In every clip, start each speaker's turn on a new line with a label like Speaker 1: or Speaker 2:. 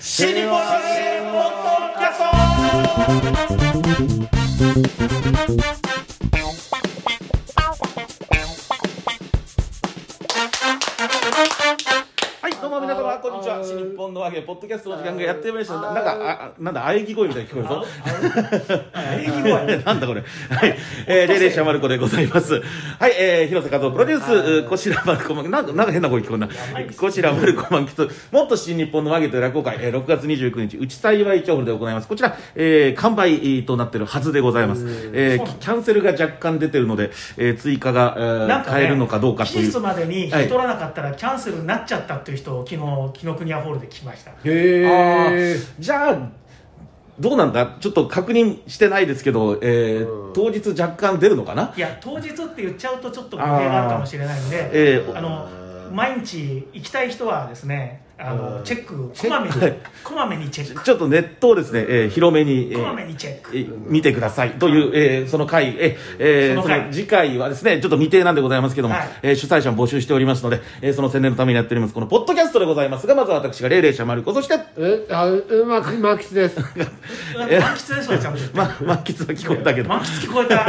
Speaker 1: シリポロレポッドキャストはいどうも皆様こんにちは新日本のわけポッドキャストの時間がやってまいりましたなんかああなんだ喘ぎ声みたいに聞こえるぞ
Speaker 2: 英語はね
Speaker 1: なんだこれ。はい。えー、レイレイシャマルコでございます。はい、えー、広瀬和夫プロデュースうー、こしらまるこまん、なんか、なんか変な声聞こえんな。こしらまるこまんきつ、もっと新日本の和芸という落語会、えー、6月29日、うち幸い町ホールで行います。こちら、えー、完売となってるはずでございます。えー、キキャンセルが若干出てるので、えー、追加が、え
Speaker 2: なん
Speaker 1: ー、
Speaker 2: かね
Speaker 1: 変えるのかどうかと
Speaker 2: 期
Speaker 1: い
Speaker 2: 日
Speaker 1: う。
Speaker 2: までに引き取らなかったらキャンセルになっちゃったっていう人を昨日紀ノ国屋ホールで聞きました
Speaker 1: あ
Speaker 3: へえ
Speaker 1: ーじゃあ、どうなんだちょっと確認してないですけど、えー、当日若干出るのかない
Speaker 2: や当日って言っちゃうとちょっと語弊があるかもしれないんで
Speaker 1: えー
Speaker 2: あの毎日行きたい人はですねあのチェックこ
Speaker 3: チェ
Speaker 2: ま
Speaker 3: ッ
Speaker 2: めにこまめにチェック
Speaker 1: ちょっとネットをですね、えー広めに、え
Speaker 2: こまめ
Speaker 1: ー
Speaker 2: にチェック
Speaker 1: えー見てくださいという、えーその回、えーえー
Speaker 2: その
Speaker 1: そ
Speaker 2: 回
Speaker 1: の次回はですね、ちょっと未定なんでございますけども、
Speaker 2: はい
Speaker 1: えー主催者も募集しておりますので、えーその宣伝のためにやっております、このポッドキャストでございますが、まずは私が霊霊者丸子、そして、
Speaker 3: えあうまくマキシです
Speaker 2: 満
Speaker 1: え
Speaker 2: 喫ですわちゃんと
Speaker 1: ま、満喫は聞こえたけど、
Speaker 2: 満喫聞こえた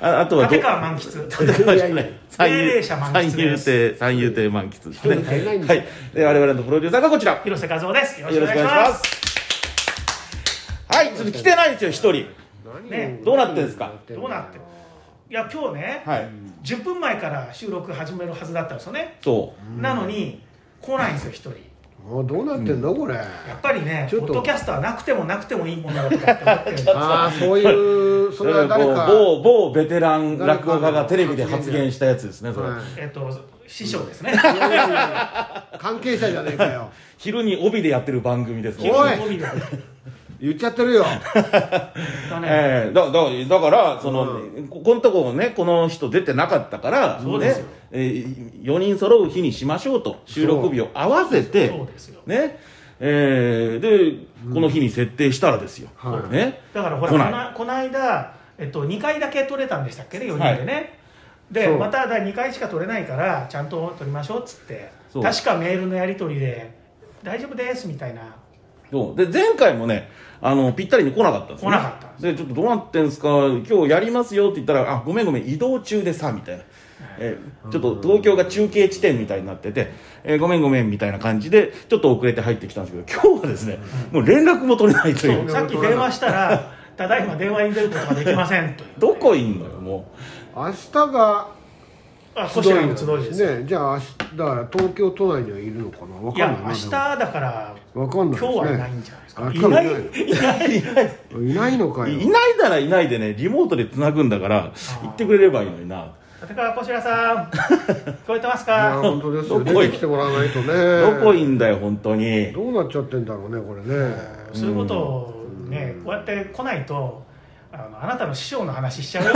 Speaker 1: ああとはど、
Speaker 2: 立川満喫
Speaker 1: 立川じゃない三
Speaker 2: 霊
Speaker 1: 遊
Speaker 2: 霊者満喫
Speaker 1: 三遊亭、三遊亭満喫ですね。
Speaker 3: 一人足りないん
Speaker 1: は
Speaker 3: だ
Speaker 1: い。で、我々のプロデューサーがこちら。
Speaker 2: 広瀬和夫ですよろし
Speaker 1: よ
Speaker 2: く
Speaker 1: ろ
Speaker 2: お
Speaker 1: しく
Speaker 2: 願い
Speaker 1: お
Speaker 2: し
Speaker 1: 願いし
Speaker 2: ま
Speaker 1: ますす。はい、ちょっと来てないんですよ、一人。
Speaker 2: ね
Speaker 1: どうなってんですか
Speaker 2: どうなっていや今日ね
Speaker 1: はい。
Speaker 2: 10分前から収録始めるはずだったんですよね
Speaker 1: そう。
Speaker 2: なのに来ないんですよ一人
Speaker 3: もうどうなってんのこれ
Speaker 2: やっぱりね
Speaker 3: ち
Speaker 2: ポ
Speaker 3: ょっ
Speaker 2: ッ
Speaker 3: と
Speaker 2: ドキャストはなくてもなくてもいいものだとかって思ってるんです
Speaker 3: ああそういうそれは誰か
Speaker 1: 某某ベテラン落語家がテレビで発言したやつですねそれ、
Speaker 3: はい
Speaker 2: えっと師匠です ね
Speaker 3: いやいやいや関係者じゃねえかよ
Speaker 1: 昼に帯でやってる番組ですね
Speaker 3: おい
Speaker 2: 帯が
Speaker 3: 言っちゃってるよ
Speaker 2: だね
Speaker 1: ええだだだからその、ここのとこねこの人出てなかったから
Speaker 2: そうですよ
Speaker 1: ねえー、4人揃う日にしましょうと収録日を合わせて
Speaker 2: そうですよ
Speaker 1: ねえー、でこの日に設定したらですよ、
Speaker 3: はい
Speaker 1: ね
Speaker 2: だからほ
Speaker 1: 来
Speaker 2: らこ
Speaker 1: ない
Speaker 2: なこの間、えっと、2回だけ取れたんでしたっけね4人でね、で
Speaker 3: そう
Speaker 2: まただ2回しか取れないからちゃんと取りましょうっつって
Speaker 1: そう
Speaker 2: 確かメールのやり取りで「大丈夫です」みたいな
Speaker 1: そうで前回もねあのぴったりに来なかったんです、ね、
Speaker 2: 来なかったんです
Speaker 1: でちょっとどうなってんすか今日やりますよって言ったら「あごめんごめん移動中でさ」みたいな、えちょっと東京が中継地点みたいになってて「えごめんごめん」みたいな感じでちょっと遅れて入ってきたんですけど今日はですね、もう連絡も取れないとい
Speaker 2: そううさっき電話したら「ただいま電話に出ることができません」という
Speaker 1: どこいんのよも
Speaker 3: 明日が
Speaker 2: あこちらの集いです
Speaker 3: ねじゃあ明日だから東京都内にはいるのかなわ
Speaker 2: い
Speaker 3: か
Speaker 2: や
Speaker 3: んない
Speaker 2: 明日だから
Speaker 3: 明日わかん
Speaker 2: 今
Speaker 3: な
Speaker 2: 日
Speaker 3: いです
Speaker 2: は
Speaker 3: ね
Speaker 2: いないんじゃないですか
Speaker 3: わ
Speaker 2: い
Speaker 3: かん
Speaker 2: な
Speaker 3: ないい
Speaker 2: いないいない
Speaker 3: いないのか
Speaker 1: うい
Speaker 3: よ
Speaker 1: いないならいないでねリモートでつなぐんだから行ってくれればいいのにな
Speaker 2: 立川こしら さん聞こえてます
Speaker 3: いや
Speaker 2: か
Speaker 3: 本当ですよ
Speaker 1: ど
Speaker 3: 出
Speaker 1: こい
Speaker 3: てきてもらわないとね
Speaker 1: どこいんだよ本当に
Speaker 3: どうなっちゃってんだろうねこれね
Speaker 2: そういうことをねこうやって来ないとあのあなたの師匠の話しちゃうよ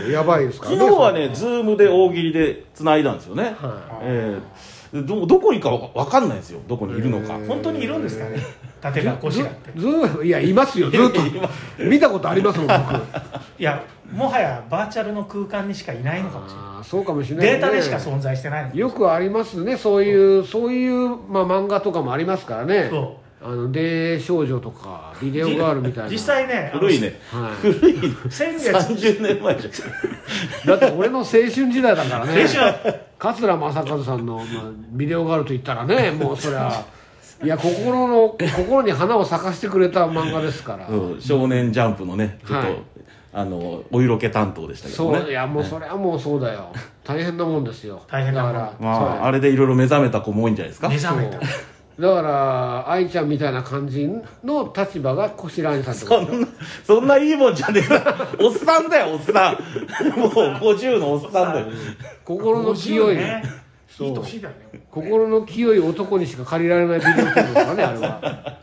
Speaker 3: そうやばいですから
Speaker 1: 昨日はねズームで大喜利でつないだんですよね、
Speaker 3: は
Speaker 1: えー、どどこにかわかんないですよどこにいるのか、
Speaker 3: えー
Speaker 2: 本当にいるんですかね立川こしらって
Speaker 3: ずずいやいますよずっ と見たことありますもん僕あ
Speaker 2: いやもはやバーチャルの空間にしかいないのかもしれ
Speaker 3: ーそうかもしれない、
Speaker 2: ないデータでしか存在してないのかもしれない
Speaker 3: よくありますねそういうそういう、まあ、漫画とかもありますからね
Speaker 2: そ
Speaker 3: あの霊少女とかビデオガールみたいな
Speaker 2: 実際ねあの
Speaker 1: 古いね
Speaker 3: は
Speaker 1: 古いね
Speaker 2: 先 月
Speaker 1: 30年前じゃん
Speaker 3: い、だって俺の青春時代だからね
Speaker 2: 青
Speaker 3: 桂正和さんの、まあ、ビデオガールと言ったらねもうそりゃいや心の心に花を咲かせてくれた漫画ですから、
Speaker 1: うん少年ジャンプのねちょっと、
Speaker 3: はい
Speaker 1: あのお色気担当でしたけど
Speaker 3: そう、い
Speaker 1: ね
Speaker 3: やもうそれはもうそう だよ大変なもんですよ
Speaker 2: 大変なもん
Speaker 3: だから、
Speaker 1: まあ、
Speaker 3: そう
Speaker 1: あれでいろいろ目覚めた子も多いんじゃないですか
Speaker 2: 目覚めた
Speaker 3: だから愛ちゃんみたいな感じの立場がこしらえさんってこ
Speaker 1: そ
Speaker 3: と
Speaker 1: んなそんないいもんじゃねえなおっさんだよおっさんもう50のおっさんだよ
Speaker 3: 心の清い、
Speaker 2: ね
Speaker 3: そう
Speaker 2: いい年だよね
Speaker 3: 心の清い男にしか借りられないビデオってことですかねあれ は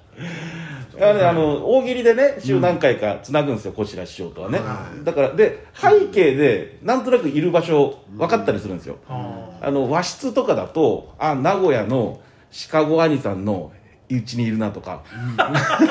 Speaker 1: だからねあの大喜利でね週何回かつなぐんですよ、こちら師匠とはね、だからで背景でなんとなくいる場所分かったりするんですよ、
Speaker 2: あ
Speaker 1: あの和室とかだとあ名古屋のシカゴ兄さんの家にいるなとか、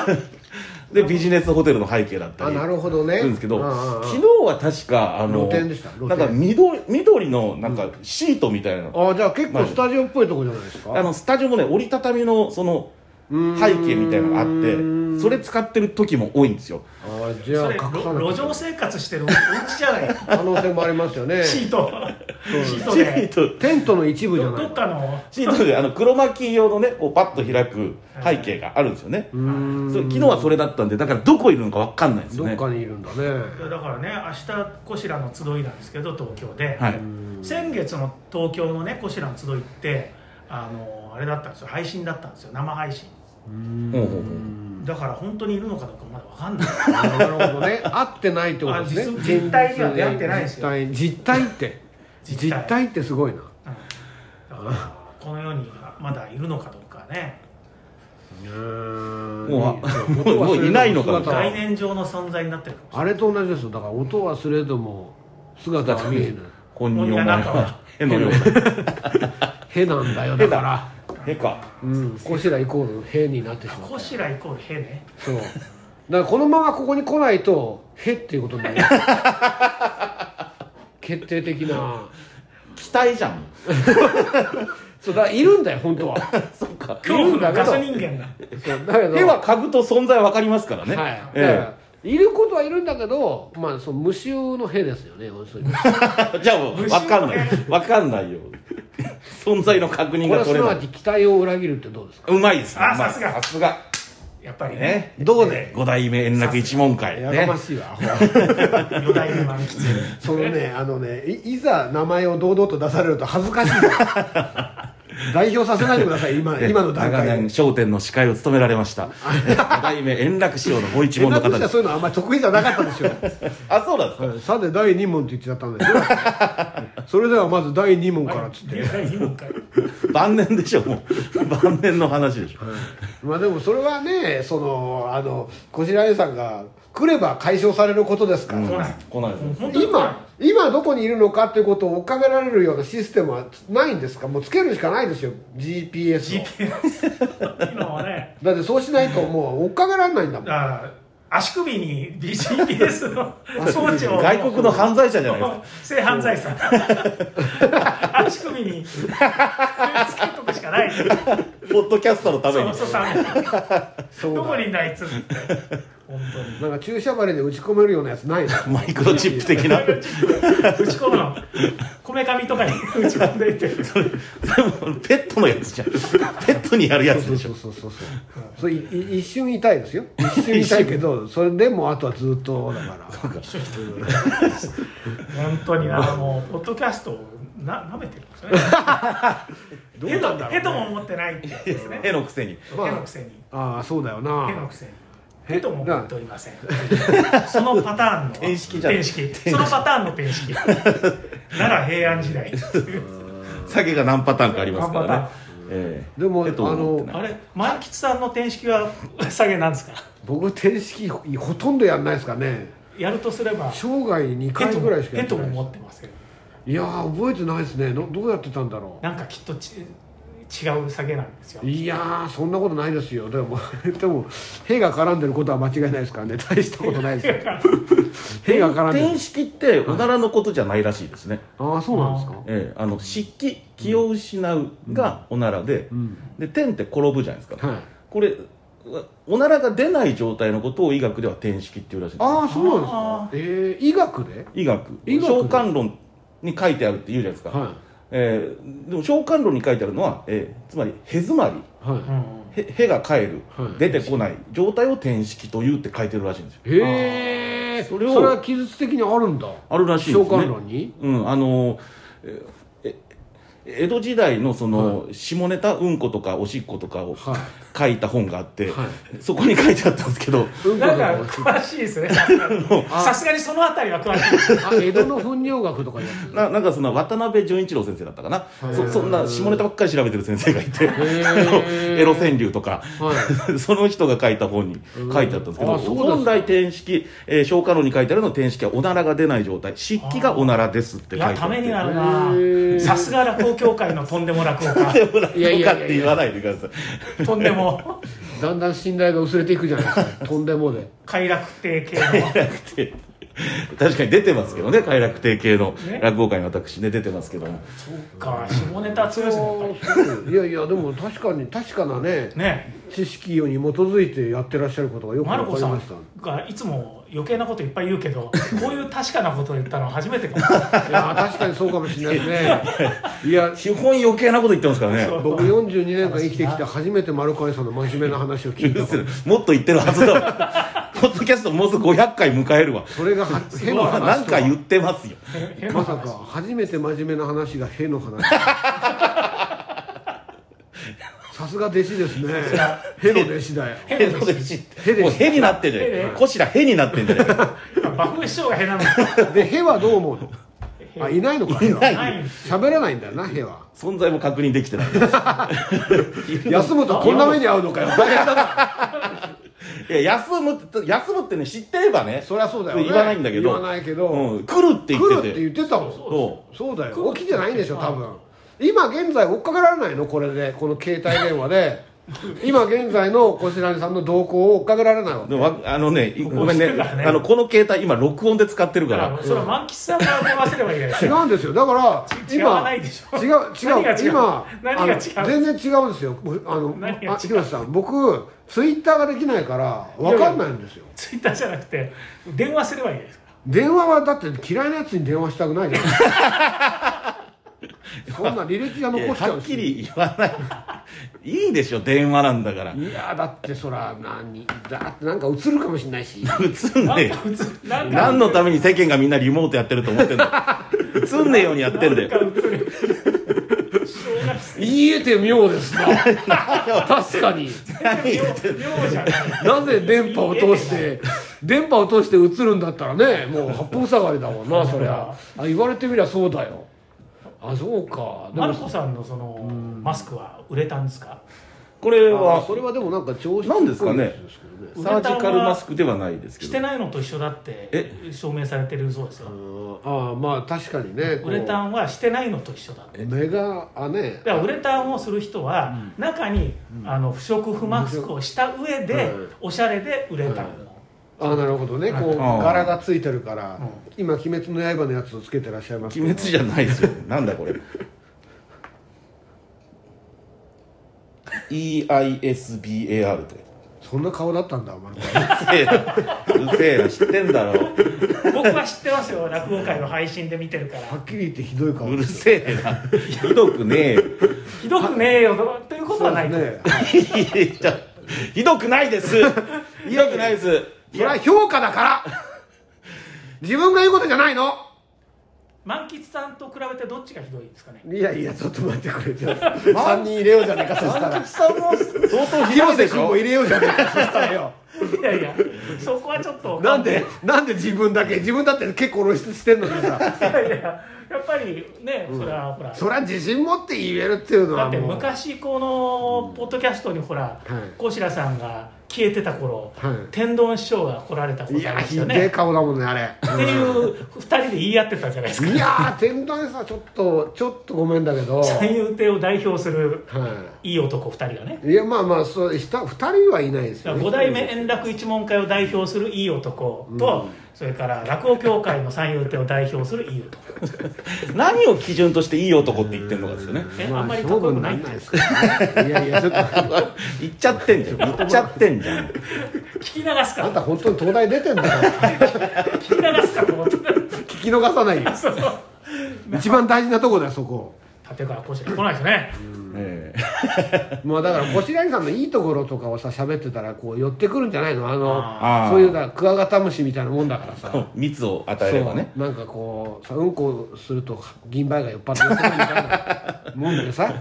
Speaker 1: でビジネスホテルの背景だった
Speaker 3: あ
Speaker 1: り
Speaker 3: なるほどね
Speaker 1: するんですけど、
Speaker 3: うんうんうん
Speaker 1: 昨日は確かあの
Speaker 3: 露天でした露
Speaker 1: な
Speaker 3: 天
Speaker 1: んか緑緑のなんかシートみたいなの、
Speaker 3: あじゃあ結構スタジオっぽいとこじゃないですか、
Speaker 1: あのスタジオもね折りたたみのその背景みたいなのがあっ
Speaker 3: うー
Speaker 1: て
Speaker 3: ん
Speaker 1: それ使ってる時も多いんですよ
Speaker 3: あーじゃ
Speaker 2: そ
Speaker 3: あ
Speaker 2: れ
Speaker 3: 書かなきゃ
Speaker 2: 路上生活してるお家じゃない
Speaker 3: 可能性もありますよね
Speaker 2: シートシート
Speaker 1: シー
Speaker 2: で
Speaker 1: ト
Speaker 3: テントの一部じゃ
Speaker 2: ど
Speaker 3: ない
Speaker 2: どっかの
Speaker 1: シートであの黒巻き用のねこうパッと開く背景があるんですよね、
Speaker 3: うーん
Speaker 1: それ昨日はそれだったんでだからどこいるのか分かんないですよ
Speaker 3: ど
Speaker 1: ね
Speaker 3: っかにいるんだね
Speaker 2: いやだからね明日こしらの集いなんですけど東京で、
Speaker 1: は
Speaker 3: う
Speaker 1: い
Speaker 3: ん
Speaker 2: 先月の東京のねこしらの集いってあのあれだったんですよ配信だったんですよ生配信
Speaker 3: うん
Speaker 1: ほうほうほ
Speaker 2: だから本当にいるのかどうかまだわかん ない
Speaker 3: なるほどね会ってないってことですね
Speaker 2: あ実実態には出会ってないです
Speaker 3: 実
Speaker 2: よ
Speaker 3: 態実態って
Speaker 2: 実
Speaker 3: 実
Speaker 2: 態
Speaker 3: 態ってすごいな
Speaker 2: うんだからこの世にまだいるのかどうかね
Speaker 1: も
Speaker 3: も
Speaker 1: うもういないのかな
Speaker 2: 概念上の存在になってるかもし
Speaker 3: あれと同じですよだから音はすれども姿は見えない
Speaker 1: 本人お前はへのよう
Speaker 3: へなんだよ
Speaker 1: へ
Speaker 3: だ
Speaker 1: だ
Speaker 3: から
Speaker 1: なへか
Speaker 3: うんこしらイコールへになってし
Speaker 2: れ
Speaker 3: ま
Speaker 2: ない
Speaker 3: っ
Speaker 2: こ
Speaker 3: た
Speaker 2: しらイコールへね
Speaker 3: そうだからこのままここに来ないとへっていうことになる決定的な
Speaker 1: 期待じゃん
Speaker 3: そうだからいるんだよ本当は
Speaker 1: そっか
Speaker 2: 恐怖のガス人間だ
Speaker 3: そうだけど
Speaker 1: へは嗅ぐと存在分かりますからね、
Speaker 3: はい、だから
Speaker 1: え
Speaker 3: いることはいるんだけどまあその無臭のへですよね要 するにこ
Speaker 1: え、じゃあもう分かんない分かんないよ存在の確認
Speaker 3: れは
Speaker 1: が
Speaker 3: す
Speaker 1: 取れ
Speaker 3: な
Speaker 1: な
Speaker 3: わ
Speaker 1: い
Speaker 3: ち期待を裏切るってどうですか
Speaker 1: うまいですね
Speaker 2: あ
Speaker 1: うまい
Speaker 2: さすが
Speaker 1: さすが
Speaker 2: やっぱりね
Speaker 1: ね
Speaker 3: どうで
Speaker 1: 五代目円楽一門会
Speaker 3: やか
Speaker 1: ね
Speaker 3: ましいわ、ほら
Speaker 2: 四代目満喫
Speaker 3: そのねあのねいいざ名前を堂々と出されると恥 ずかしいです代表させないでください今今の段
Speaker 1: 長
Speaker 3: 階
Speaker 1: 年『
Speaker 3: で
Speaker 1: 笑点』の司会を務められましたえ五代目円楽師匠のご一門
Speaker 3: 連
Speaker 1: の
Speaker 3: 絡
Speaker 1: 方
Speaker 3: し
Speaker 1: で
Speaker 3: た
Speaker 1: す
Speaker 3: そういうのはあんまり得意じゃなかったんですよ
Speaker 1: あそうなんですか
Speaker 3: はいさて第2問って言っちゃったんですよそれではまず第2問からっ つって、
Speaker 2: 第二問かい
Speaker 1: 晩年でしょもう晩年の話でしょ
Speaker 3: まあでもそれはねそのあのこしらえさんが来れば解消されることですから、
Speaker 2: 来ない
Speaker 1: 来ないです
Speaker 2: もう本当に来ない
Speaker 3: 今今どこにいるのかということを追っかけられるようなシステムはないんですかもうつけるしかないですよ GPS を
Speaker 2: GPS のね
Speaker 3: だってそうしないともう追っかけられないんだも
Speaker 2: だ
Speaker 3: ん
Speaker 2: から足首に GPS の装置を
Speaker 1: 外国の犯罪者じゃないですか
Speaker 2: 性犯罪 さん足首につけとくしかない
Speaker 1: ポッドキャストのため
Speaker 2: そ
Speaker 1: に
Speaker 2: うそうダメ
Speaker 3: そう
Speaker 2: ど
Speaker 3: だ
Speaker 2: こにいんだあいつって本当に
Speaker 3: なんか注射針で打ち込めるようなやつない の
Speaker 1: マイクロチップ的な
Speaker 2: 打ち込むのこめかみとかに打ち込んでいて
Speaker 1: でもペットのやつじゃんペットにやるやつ
Speaker 3: そう
Speaker 1: でし
Speaker 3: そ
Speaker 1: ょ
Speaker 3: うそうそうそうそれいい一瞬痛いですよ一瞬痛いけどそれでもあとはずっとだから
Speaker 2: 本当にあのもうポッドキャストをな舐めてるんですよね
Speaker 3: どうなんだろうね
Speaker 2: ヘとも思ってないってやつですね
Speaker 1: 絵のくせに
Speaker 3: まあ
Speaker 2: ヘのくせに
Speaker 3: ああそうだよ
Speaker 2: ヘの
Speaker 3: な
Speaker 2: くせに
Speaker 3: へ
Speaker 2: ヘとも思っておりません そのパターンの
Speaker 1: 転式じゃん
Speaker 2: 転式そのパターンの転式奈良平安時代
Speaker 1: 酒が何パターンかありますか
Speaker 2: 何
Speaker 1: ら
Speaker 2: パ
Speaker 1: ねええ
Speaker 3: でも
Speaker 1: ペット持ってない
Speaker 2: あれ満吉さんの転式は下げなんですか
Speaker 3: 僕転式ほほとんどやんないですかね
Speaker 2: やるとすれば
Speaker 3: 生涯2
Speaker 2: ヘ
Speaker 3: 回
Speaker 2: と
Speaker 3: ぐ
Speaker 2: も
Speaker 3: らいしかや
Speaker 2: ヘ
Speaker 3: って
Speaker 2: と
Speaker 3: な
Speaker 2: も
Speaker 3: いです
Speaker 2: 思ってません
Speaker 3: いやー覚えてないですねどどうやってたんだろ
Speaker 2: なんかきっとち違う下げなんですよ
Speaker 3: ういやーそんなことないですよでも でも兵が絡んでることは間違いないですからね大したことないです よ兵が絡んでる
Speaker 1: 転式っておならのことじゃないらしいですね、
Speaker 3: ああそうなんですか
Speaker 1: ええあの漆器気を失うがおならで
Speaker 3: うん
Speaker 1: で天って転ぶじゃないですか
Speaker 3: はい
Speaker 1: これおならが出ない状態のことを医学では転式っていうらしいんです
Speaker 3: ああそうなんです
Speaker 2: あ
Speaker 3: かええ医学で
Speaker 1: 医学
Speaker 3: 医学で
Speaker 1: 召喚論に書いてあるって言うじゃないですか、
Speaker 3: は
Speaker 1: えーでも召喚論に書いてあるのは、えーつまり「へづまり」
Speaker 3: いはい
Speaker 1: 「へ」へが帰る、
Speaker 3: はい
Speaker 1: 出てこない状態を転式というって書いてるらしいんですよ
Speaker 3: へえ
Speaker 1: そ
Speaker 3: そ
Speaker 1: れ
Speaker 3: れ
Speaker 1: を
Speaker 3: は記述的にあるんだ
Speaker 1: あるらしい
Speaker 3: 召
Speaker 1: ですね
Speaker 3: 喚論に
Speaker 1: うんあのーええ江戸時代のその、下ネタうんことかおしっことかを
Speaker 3: はい
Speaker 1: 書いた本があって、
Speaker 3: は
Speaker 1: そこに書いてあったんですけど
Speaker 3: うんこと
Speaker 2: な
Speaker 3: か
Speaker 2: んか詳しいですね さすがにさすがにそのあたりは詳しいです
Speaker 3: あ江戸の糞尿学とかいうやつ
Speaker 1: な なんかその渡辺淳一郎先生だったかなそ
Speaker 3: へー
Speaker 1: そんな下ネタばっかり調べてる先生がいて
Speaker 3: へ
Speaker 1: あのエロ川
Speaker 3: ン
Speaker 1: 柳とか
Speaker 3: はい
Speaker 1: その人が書いた本に書いてあったんですけど、
Speaker 3: あそうですか
Speaker 1: 本来転式、えー、消化炉に書いてあるの転式はおならが出ない状態漆器がおならですって
Speaker 2: い
Speaker 1: 書い
Speaker 2: や
Speaker 1: て
Speaker 2: た
Speaker 1: あ
Speaker 2: めにな
Speaker 1: っ
Speaker 2: る
Speaker 3: へ
Speaker 2: な
Speaker 3: ー
Speaker 2: さすが落語協会のとんでも落語
Speaker 1: て
Speaker 2: 家
Speaker 1: でもなん
Speaker 3: いやい
Speaker 1: とかっ
Speaker 3: やいやいや
Speaker 1: て言わないでください
Speaker 2: とんで も
Speaker 3: だんだん信頼が薄れていくじゃないですかとんでもで
Speaker 2: 快楽亭系の
Speaker 1: だって確かに出てますけどね快楽亭系の
Speaker 2: ね
Speaker 1: 落語界の私ね出てますけども
Speaker 2: そうか下ネタ強いですねやっぱり
Speaker 3: いやいやでも確かに確かなね
Speaker 2: ね
Speaker 3: 知識に基づいてやってらっしゃることがよく
Speaker 2: マル
Speaker 3: わか
Speaker 2: コ
Speaker 3: り
Speaker 2: さ
Speaker 3: ま
Speaker 2: ん
Speaker 3: した
Speaker 2: がいつも余計なこといっぱい言うけどこういう確かなことを言ったのは初め てかも
Speaker 3: いや確かにそうかもしれないですねいや
Speaker 1: 基本余計なこと言ってますからね
Speaker 2: そう
Speaker 3: 僕42年間生きてきて初めて丸川さんの真面目な話を聞いたから
Speaker 1: もっと言ってるはずだわ ポッドキャストもうすぐ500回迎えるわ
Speaker 3: それがは変な話とは
Speaker 1: なんか言ってますよ
Speaker 2: 変な
Speaker 3: まさ
Speaker 2: 話
Speaker 3: か初めて真面目な話が「へ」の話さすが弟子ですね「へ」の弟子だよ
Speaker 1: へ
Speaker 2: 変な
Speaker 1: の
Speaker 2: 話
Speaker 1: 弟子って
Speaker 3: へでし
Speaker 1: も
Speaker 3: ょ
Speaker 1: うへになってんじゃ
Speaker 2: へ
Speaker 1: な
Speaker 2: ね
Speaker 1: いこしらへになってんじゃない
Speaker 2: バフ師匠が変なの
Speaker 3: で「へ」はどう思うのあいないのかへは
Speaker 2: ないんですよ
Speaker 3: 喋らないんだよな「へ」は
Speaker 1: 存在も確認できてない
Speaker 3: 休むとこんな目に遭うのかよ大変だない
Speaker 1: や休むって休むってね知ってればね
Speaker 3: そりゃそうだよ、ね、
Speaker 1: 言わないんだけど
Speaker 3: 言わないけど、
Speaker 1: うん、来るって言
Speaker 3: 来
Speaker 1: っ
Speaker 3: る
Speaker 1: て
Speaker 3: って
Speaker 1: て
Speaker 3: 言ってたもんそう
Speaker 1: そ
Speaker 3: だよ起きてないんでしょ多分今現在追っかけられないのこれでこの携帯電話 で今現在のこしらにさんの動向を追っかけられないわ
Speaker 1: うでもわあのねいごめんね
Speaker 2: 押してるからね
Speaker 1: あのこの携帯今録音で使ってるか
Speaker 2: だかららそれは満喫さんから電話すればいいじゃないです
Speaker 3: 違
Speaker 2: か
Speaker 3: うんですよだから
Speaker 2: 違わないでしょ
Speaker 3: 違う
Speaker 2: 何が
Speaker 3: 違
Speaker 2: 違
Speaker 3: う
Speaker 2: う
Speaker 3: 今
Speaker 2: 何
Speaker 3: あ
Speaker 2: が
Speaker 3: の
Speaker 2: 違う
Speaker 3: 全然違うんですよあの
Speaker 2: 何が違う
Speaker 3: あ広瀬さん僕ツイッターができないから分かんないんですよ
Speaker 2: ツイッターじゃなくて電話すればいいじゃないですか
Speaker 3: 電話はだって嫌いなやつに電話したくないじゃない そんな履歴が
Speaker 1: いや
Speaker 3: 残っちゃ
Speaker 1: は
Speaker 3: う
Speaker 1: っ
Speaker 3: し
Speaker 1: きり言わないいいでしょ電話なんだから
Speaker 3: いやだってそら何だってなんか映るかもしれないし
Speaker 1: 映ん
Speaker 2: な
Speaker 1: ねえ
Speaker 2: ん
Speaker 1: よ
Speaker 2: か普通なんか
Speaker 1: 何のために世間がみんなリモートやってると思ってんの映んねえようにやってんだよ
Speaker 2: なんか映る小学生
Speaker 3: 言えて妙で すな確かに
Speaker 1: 何言ってんの
Speaker 2: 妙じゃない
Speaker 3: なぜ電波を通して電波を通して映るんだったらねもう八方塞がりだもんなそりゃあ言われてみりゃそうだよあそうかで
Speaker 2: マル
Speaker 3: も
Speaker 2: コさんのそのマスクは売れたんですか
Speaker 1: これ
Speaker 3: あ
Speaker 1: は
Speaker 3: それはでもなんか調子
Speaker 1: なんですかね
Speaker 2: れ
Speaker 1: サージカルマスクではないですけ
Speaker 2: し
Speaker 1: ど
Speaker 2: てないのと一緒だって
Speaker 1: え
Speaker 2: 証明されてるそうですよ
Speaker 3: ああまあ確かにね
Speaker 2: ウレタンはしてないのと一緒だって
Speaker 3: ン目があね
Speaker 2: だからウレタンをする人は中にあの不織布マスクをした上で
Speaker 3: うん
Speaker 2: おしゃれでウレタンを
Speaker 3: あなるほどねこう
Speaker 1: はい
Speaker 3: 柄がついてるから
Speaker 2: うん
Speaker 3: 今「鬼滅の刃」のやつをつけてらっしゃいますけど
Speaker 1: 鬼滅じゃないですよなんだこれ EISBAR って
Speaker 3: そんな顔だったんだお前
Speaker 1: うるせえなうるせえな知ってんだろ
Speaker 2: 僕は知ってますよ 落語界の配信で見てるから
Speaker 3: はっきり言ってひどい顔
Speaker 1: うるせえなひどくねえよ
Speaker 2: ひどくねえよということはないと
Speaker 3: そうですね
Speaker 1: ちょひどくないですひどくないです
Speaker 3: それは評価だから 自分が言うことじゃないの
Speaker 2: 満喫さんと比べてどっちがひどいですかね
Speaker 3: いやいやちょっと待ってくれじゃあ3人入れようじゃねえかそしたら
Speaker 1: さんも相当ひどい
Speaker 3: 広
Speaker 1: で
Speaker 3: 瀬
Speaker 1: し
Speaker 3: 君
Speaker 1: ょ
Speaker 3: も入れようじゃねえかそしたらよ
Speaker 2: いやいやそこはちょっと
Speaker 3: なんでなんで自分だけ自分だって結構露出してんのにさ
Speaker 2: いやいややっぱりねそれはほら、
Speaker 3: そりゃ自信持って言えるっていうの
Speaker 2: だ
Speaker 3: は
Speaker 2: って
Speaker 3: もう
Speaker 2: 昔このポッドキャストにほら
Speaker 3: い
Speaker 2: 小白さんが消えてた頃、
Speaker 3: はい
Speaker 2: 天丼師匠が来られたこ
Speaker 3: い
Speaker 2: とあり
Speaker 3: や
Speaker 2: まし
Speaker 3: ひ
Speaker 2: たよ
Speaker 3: でえ
Speaker 2: ね
Speaker 3: 顔だもんねあれ
Speaker 2: っていう2人で言い合ってたじゃないですか
Speaker 3: いやー天丼さちょっとちょっとごめんだけど
Speaker 2: 三遊亭を代表する
Speaker 3: はい
Speaker 2: い男2人がね
Speaker 3: いいやまあまあそうひた二人はいないですよ、ね、
Speaker 2: 5代目円楽一門会を代表するいい男と、それから落語協会の三遊亭を代表するいい男
Speaker 1: 何を基準としていい男って言ってんのかですよね
Speaker 2: え
Speaker 3: ま
Speaker 2: あんまりかっ
Speaker 3: 勝
Speaker 2: こよ
Speaker 3: 負
Speaker 2: く
Speaker 3: に
Speaker 2: ないっ
Speaker 3: なん
Speaker 2: て
Speaker 3: ないですから、ね、いやいやちょっと
Speaker 1: 言っちゃってんじゃん言っちゃってんじゃん
Speaker 2: 聞き流す
Speaker 3: あ
Speaker 2: か
Speaker 3: んた本当に東大出てんだ から
Speaker 2: 聞き流すかと思ってた
Speaker 3: 聞き逃さないよ
Speaker 2: そうそう
Speaker 3: 一番大事なとこだよそこ
Speaker 2: 立川こうしら来ないですね
Speaker 1: え
Speaker 3: まあだからこしらりさんのいいところとかをさ喋ってたらこう寄ってくるんじゃないのあの
Speaker 1: あー
Speaker 3: そういうだクワガタムシみたいなもんだからさ
Speaker 1: え 密を与えればね
Speaker 3: そうなんかこうさうんこすると銀杯が酔っ払って寄ってくるみたいなもんで さ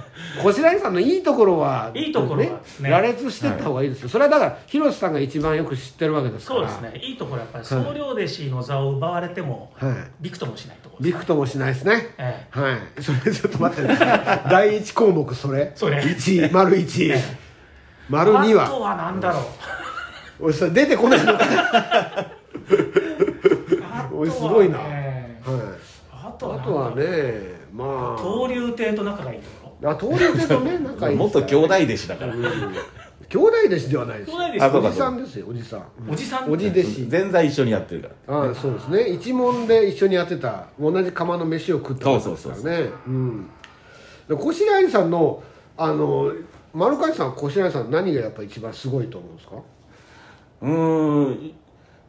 Speaker 3: こしらりさんのいいところはい
Speaker 2: いところはですね
Speaker 3: 羅列してった方がいいですよ、それはだから広瀬さんが一番よく知ってるわけですか
Speaker 2: そう
Speaker 3: ら
Speaker 2: ですねいいところやっぱり総領弟子の座を奪われても、
Speaker 3: は
Speaker 2: びくともしないところ
Speaker 3: い
Speaker 2: で
Speaker 3: び
Speaker 2: すね
Speaker 3: くともしないですね
Speaker 2: え
Speaker 3: はいそれちょっと待ってね 第一項目それ
Speaker 2: それ
Speaker 3: 1丸1丸2
Speaker 2: あと
Speaker 3: は
Speaker 2: は何だろう
Speaker 3: 俺それ出てこないのか
Speaker 2: あとはね
Speaker 3: おいすごいな
Speaker 2: ええ
Speaker 3: はい
Speaker 2: あとは何
Speaker 3: あ
Speaker 2: だ
Speaker 3: と
Speaker 2: ろ
Speaker 3: は
Speaker 2: う
Speaker 3: ねまあ
Speaker 2: 登竜亭と仲がいいところ
Speaker 3: あ登竜亭とね仲いい
Speaker 1: 元兄弟弟子だから
Speaker 3: うん兄弟弟子ではないですよ
Speaker 2: 兄
Speaker 1: 子
Speaker 2: 弟弟
Speaker 3: おじさんですよおじさん
Speaker 2: おじさん
Speaker 3: おじ弟子
Speaker 1: 前座一緒にやってるから
Speaker 3: ああそうですね一問で一緒にやってた同じ釜の飯を食ったわけですからね
Speaker 1: そう
Speaker 3: うんで小白井さんのあの丸川さんは小白井さん何がやっぱ一番すごいと思うんですか
Speaker 1: うーん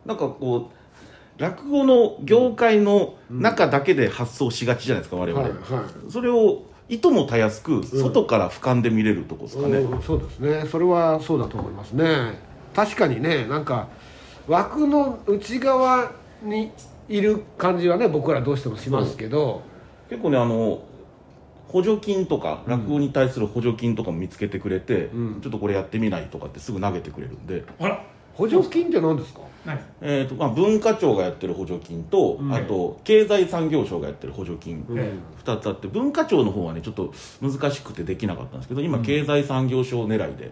Speaker 1: なんかこう落語の業界の中だけで発想しがちじゃないですか我々、
Speaker 3: はいはい
Speaker 1: それをいともたやすく外から俯瞰で見れるとこですかね、
Speaker 3: うんそうですねそれはそうだと思いますね確かにねなんか枠の内側にいる感じはね僕らどうしてもしますけど、
Speaker 1: 結構ねあの補助金とか落語に対する補助金とかも見つけてくれて、
Speaker 3: うん
Speaker 1: ちょっとこれやってみないとかってすぐ投げてくれるんで、
Speaker 2: ほら
Speaker 3: 補助金って何ですか
Speaker 2: 何
Speaker 1: えーとまあ、文化庁がやってる補助金と、
Speaker 3: うん
Speaker 1: あと経済産業省がやってる補助金、
Speaker 3: うん
Speaker 1: 2つあって文化庁の方はねちょっと難しくてできなかったんですけど今経済産業省狙いで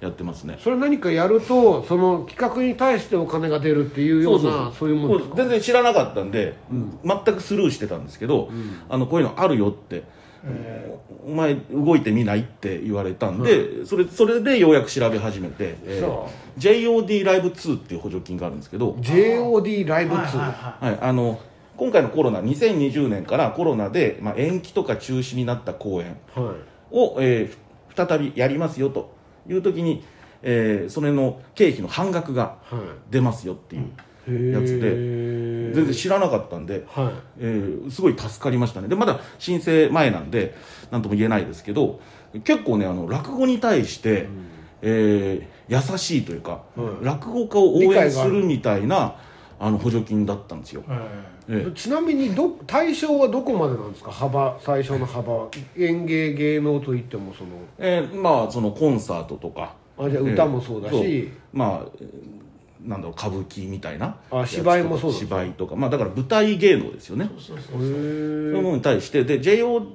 Speaker 1: やってますね、
Speaker 3: それ何かやるとその企画に対してお金が出るっていうようなそういうもんですか
Speaker 1: 全然知らなかったんで、全くスルーしてたんですけど、あのこういうのあるよって
Speaker 2: え
Speaker 1: お前動いてみないって言われたんで、それそれでようやく調べ始めて、えー
Speaker 2: そ
Speaker 1: JOD ライブ2っていう補助金があるんですけど、
Speaker 3: JOD ライ
Speaker 2: ー
Speaker 3: ブ2、
Speaker 2: はいはいは
Speaker 1: はい、あの今回のコロナ2020年からコロナで、まあ、延期とか中止になった公演
Speaker 3: はい
Speaker 1: を、えー再びやりますよという時に、えーそれの経費の半額が
Speaker 3: は
Speaker 1: 出ますよっていう、
Speaker 3: いへえ
Speaker 1: やつ全然知らなかったんで、
Speaker 3: はい
Speaker 1: えーすごい助かりましたねでまだ申請前なんで何とも言えないですけど結構ねあの落語に対して、えー優しいというか、
Speaker 3: うん
Speaker 1: 落語家を応
Speaker 3: 理解
Speaker 1: 援
Speaker 3: があ
Speaker 1: す
Speaker 3: る
Speaker 1: るみたいなあの補助金だったんですよ、
Speaker 2: いえ
Speaker 1: えー
Speaker 3: ちなみにど対象はどこまでなんですか幅最初の幅は演芸芸能といってもその
Speaker 1: えーまあそのコンサートとか
Speaker 3: あじゃあ
Speaker 1: えー
Speaker 3: 歌もそうだし、
Speaker 1: まあえーなんだろう歌舞伎みたいな
Speaker 3: あ
Speaker 1: やつとか
Speaker 3: 芝居もそうだ
Speaker 1: 芝居とかまあだから舞台芸能ですよね
Speaker 2: そうそう
Speaker 3: へ
Speaker 2: そうそう
Speaker 1: そういうも
Speaker 3: ー
Speaker 1: のに対してで JOD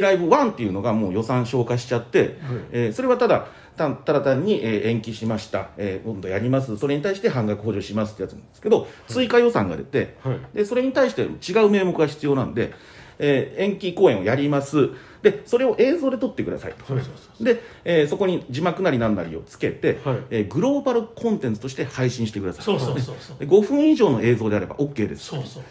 Speaker 1: ライブ1っていうのがもう予算消化しちゃって、えーそれはただたただ単に、えー延期しました、えー今度やりますそれに対して半額補助しますってやつなんですけど追加予算が出て、
Speaker 3: はい
Speaker 1: でそれに対して違う名目が必要なんで、えー延期公演をやりますでそれを映像で撮ってくださいと、で、えーそこに字幕なりなんなりをつけて、
Speaker 3: はい
Speaker 1: えーグローバルコンテンツとして配信してください
Speaker 2: そうそうそうそう
Speaker 1: で5分以上の映像であれば OK です
Speaker 2: そうそう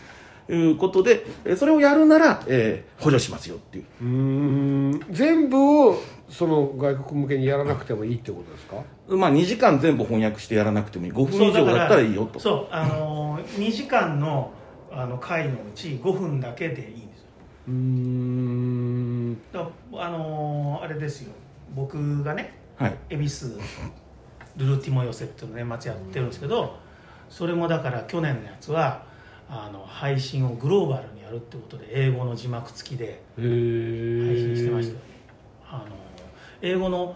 Speaker 1: ということでえーそれをやるなら、えー補助しますよっていう
Speaker 3: うーん全部をその外国向けにやらなくてもいいってことですか
Speaker 1: まあ、2時間全部翻訳してやらなくてもいい5分
Speaker 2: そう
Speaker 1: 以上だったらいいよと
Speaker 2: そうあのー、2時間のあの回のうち5分だけでいいんですよ
Speaker 3: うーん
Speaker 2: だあのー、あれですよ僕がね
Speaker 1: はい
Speaker 2: 恵比寿ルルティモ寄せっていうのを年末やってるんですけどそれもだから去年のやつはあの配信をグローバルにやるってことで英語の字幕付きで
Speaker 3: へ
Speaker 2: 配信
Speaker 3: 信
Speaker 2: してましたよ、あの英語の、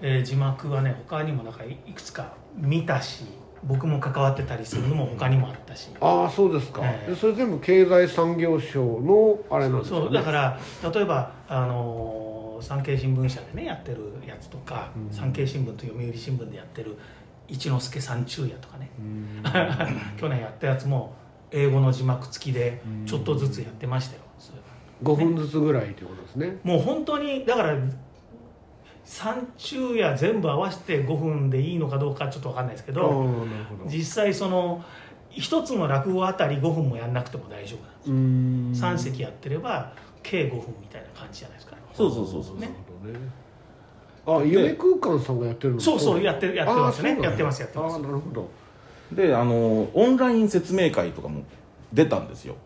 Speaker 2: えー字幕はね他にもなんかいいくつか見たし僕も関わってたりするのも他にもあったし、
Speaker 3: ああそうですか、
Speaker 2: ええ
Speaker 3: でそれ全部経済産業省のあれなんですか、ね、
Speaker 2: そうだから例えばあのー産経新聞社でねやってるやつとか、
Speaker 3: うん
Speaker 2: 産経新聞と読売新聞でやってる一之輔三昼夜とかね
Speaker 3: うーん
Speaker 2: 去年やったやつも英語の字幕付きでちょっとずつやってましたよ、そういえば
Speaker 3: 5分ずつぐらいということですね
Speaker 2: もう本当にだから三昼夜全部合わせて5分でいいのかどうかちょっと分かんないですけ
Speaker 3: ああ
Speaker 2: ど
Speaker 3: なるほど
Speaker 2: 実際その一つの落語あたり5分もやんなくても大丈夫なんで
Speaker 3: うーん
Speaker 2: す、3席やってれば計5分みたいな感じじゃないですか、
Speaker 1: そうそうそうそう、
Speaker 2: ね
Speaker 3: あ夢空間さんがやってるの
Speaker 2: そうそうやってるやってますね
Speaker 3: あーそうなんだ
Speaker 2: やってますやってます
Speaker 3: ああなるほど
Speaker 1: であのオンライン説明会とかも出たんですよ